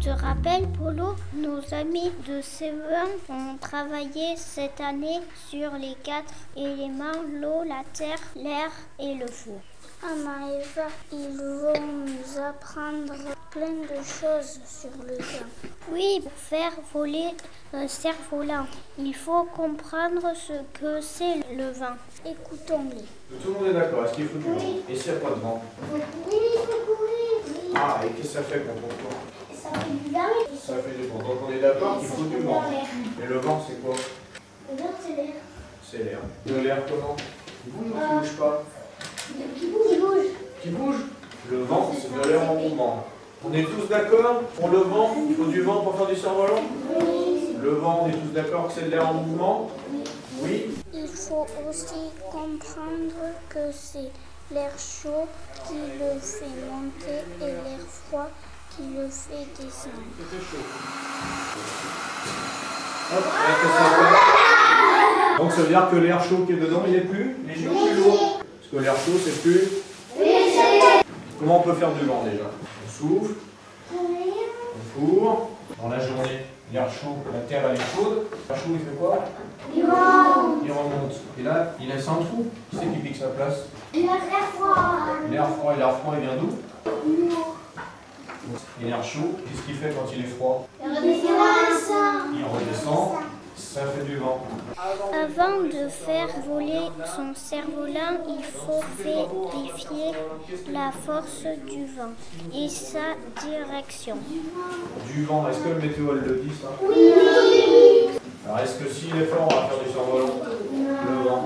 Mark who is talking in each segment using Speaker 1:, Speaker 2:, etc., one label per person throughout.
Speaker 1: te rappelles, Polo, nos amis de Severn ont travaillé cette année sur les quatre éléments, l'eau, la terre, l'air et le feu.
Speaker 2: À Ah, Maëva, ils vont nous apprendre plein de choses sur le temps.
Speaker 1: Oui, pour faire voler un cerf-volant, il faut comprendre ce que c'est le vent.
Speaker 2: Écoutons-les.
Speaker 3: Tout le monde est d'accord, est-ce qu'il faut du vent Et s'il n'y a pas de vent Ah, et qu'est-ce que ça fait quand on court
Speaker 2: Ça fait du larme.
Speaker 3: Ça fait du vent. Donc on est d'accord qu'il faut du vent. Et le vent, c'est quoi
Speaker 2: Le vent, c'est l'air.
Speaker 3: C'est l'air. De l'air comment Qui bouge ou qui bouge pas
Speaker 2: Qui bouge
Speaker 3: Qui bouge Le vent, c'est de l'air en mouvement. On est tous d'accord Pour le vent, il faut du vent pour faire du cerf-volant Le vent, on est tous d'accord que c'est de l'air en mouvement Oui
Speaker 2: Il faut aussi comprendre que c'est l'air chaud qui le fait monter et l'air froid qui le fait descendre.
Speaker 3: Hop, là, qu'est-ce que ça fait Donc ça veut dire que l'air chaud qui est dedans, il est plus léger ou plus lourd Parce que l'air chaud, c'est plus... Comment on peut faire du vent déjà On souffle, on court. Dans la journée, l'air chaud, la terre elle est chaude. L'air chaud, il fait quoi Il remonte. Et là, il laisse un trou. Qui c'est qui pique sa place L'air froid. L'air froid et l'air froid, il vient d'où Et l'air chaud, qu'est-ce qu'il fait quand il est froid Il redescend, ça fait du vent.
Speaker 1: Avant de faire voler son cerf-volant, il faut vérifier la force du vent et sa direction.
Speaker 3: Du vent, est-ce que le météo elle le dit ça Oui Alors est-ce que s'il est fort, on va faire du survolant Le vent.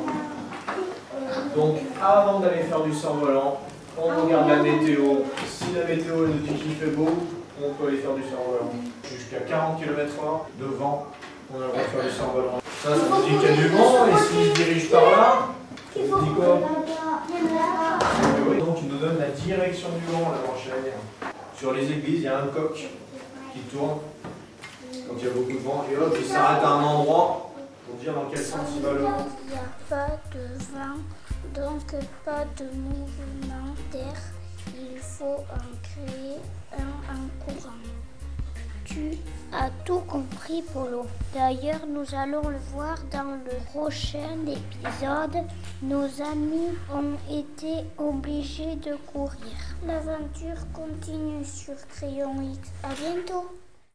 Speaker 3: Donc avant d'aller faire du survolant, on regarde la météo. Si la météo elle nous dit qu'il fait beau, on peut aller faire du survolant. Jusqu'à 40 km/h de vent, on a le droit de faire du survolant. Ça, ça nous dit qu'il y a du vent et s'il se dirige par là, on se dit quoi Eh oui, Donc il nous donne la direction du vent, la manchette. Sur les églises, il y a un coq qui tourne quand il y a beaucoup de vent et hop, il s'arrête à un endroit pour dire
Speaker 1: Ah,
Speaker 3: dans quel sens il va le vent.
Speaker 2: Il n'y a pas de vent, donc pas de mouvement d'air. Il faut en créer un en courant.
Speaker 1: Tu as tout compris, Polo. D'ailleurs, nous allons le voir dans le prochain épisode. Nos amis ont été obligés de courir.
Speaker 2: L'aventure continue sur Crayon X. À bientôt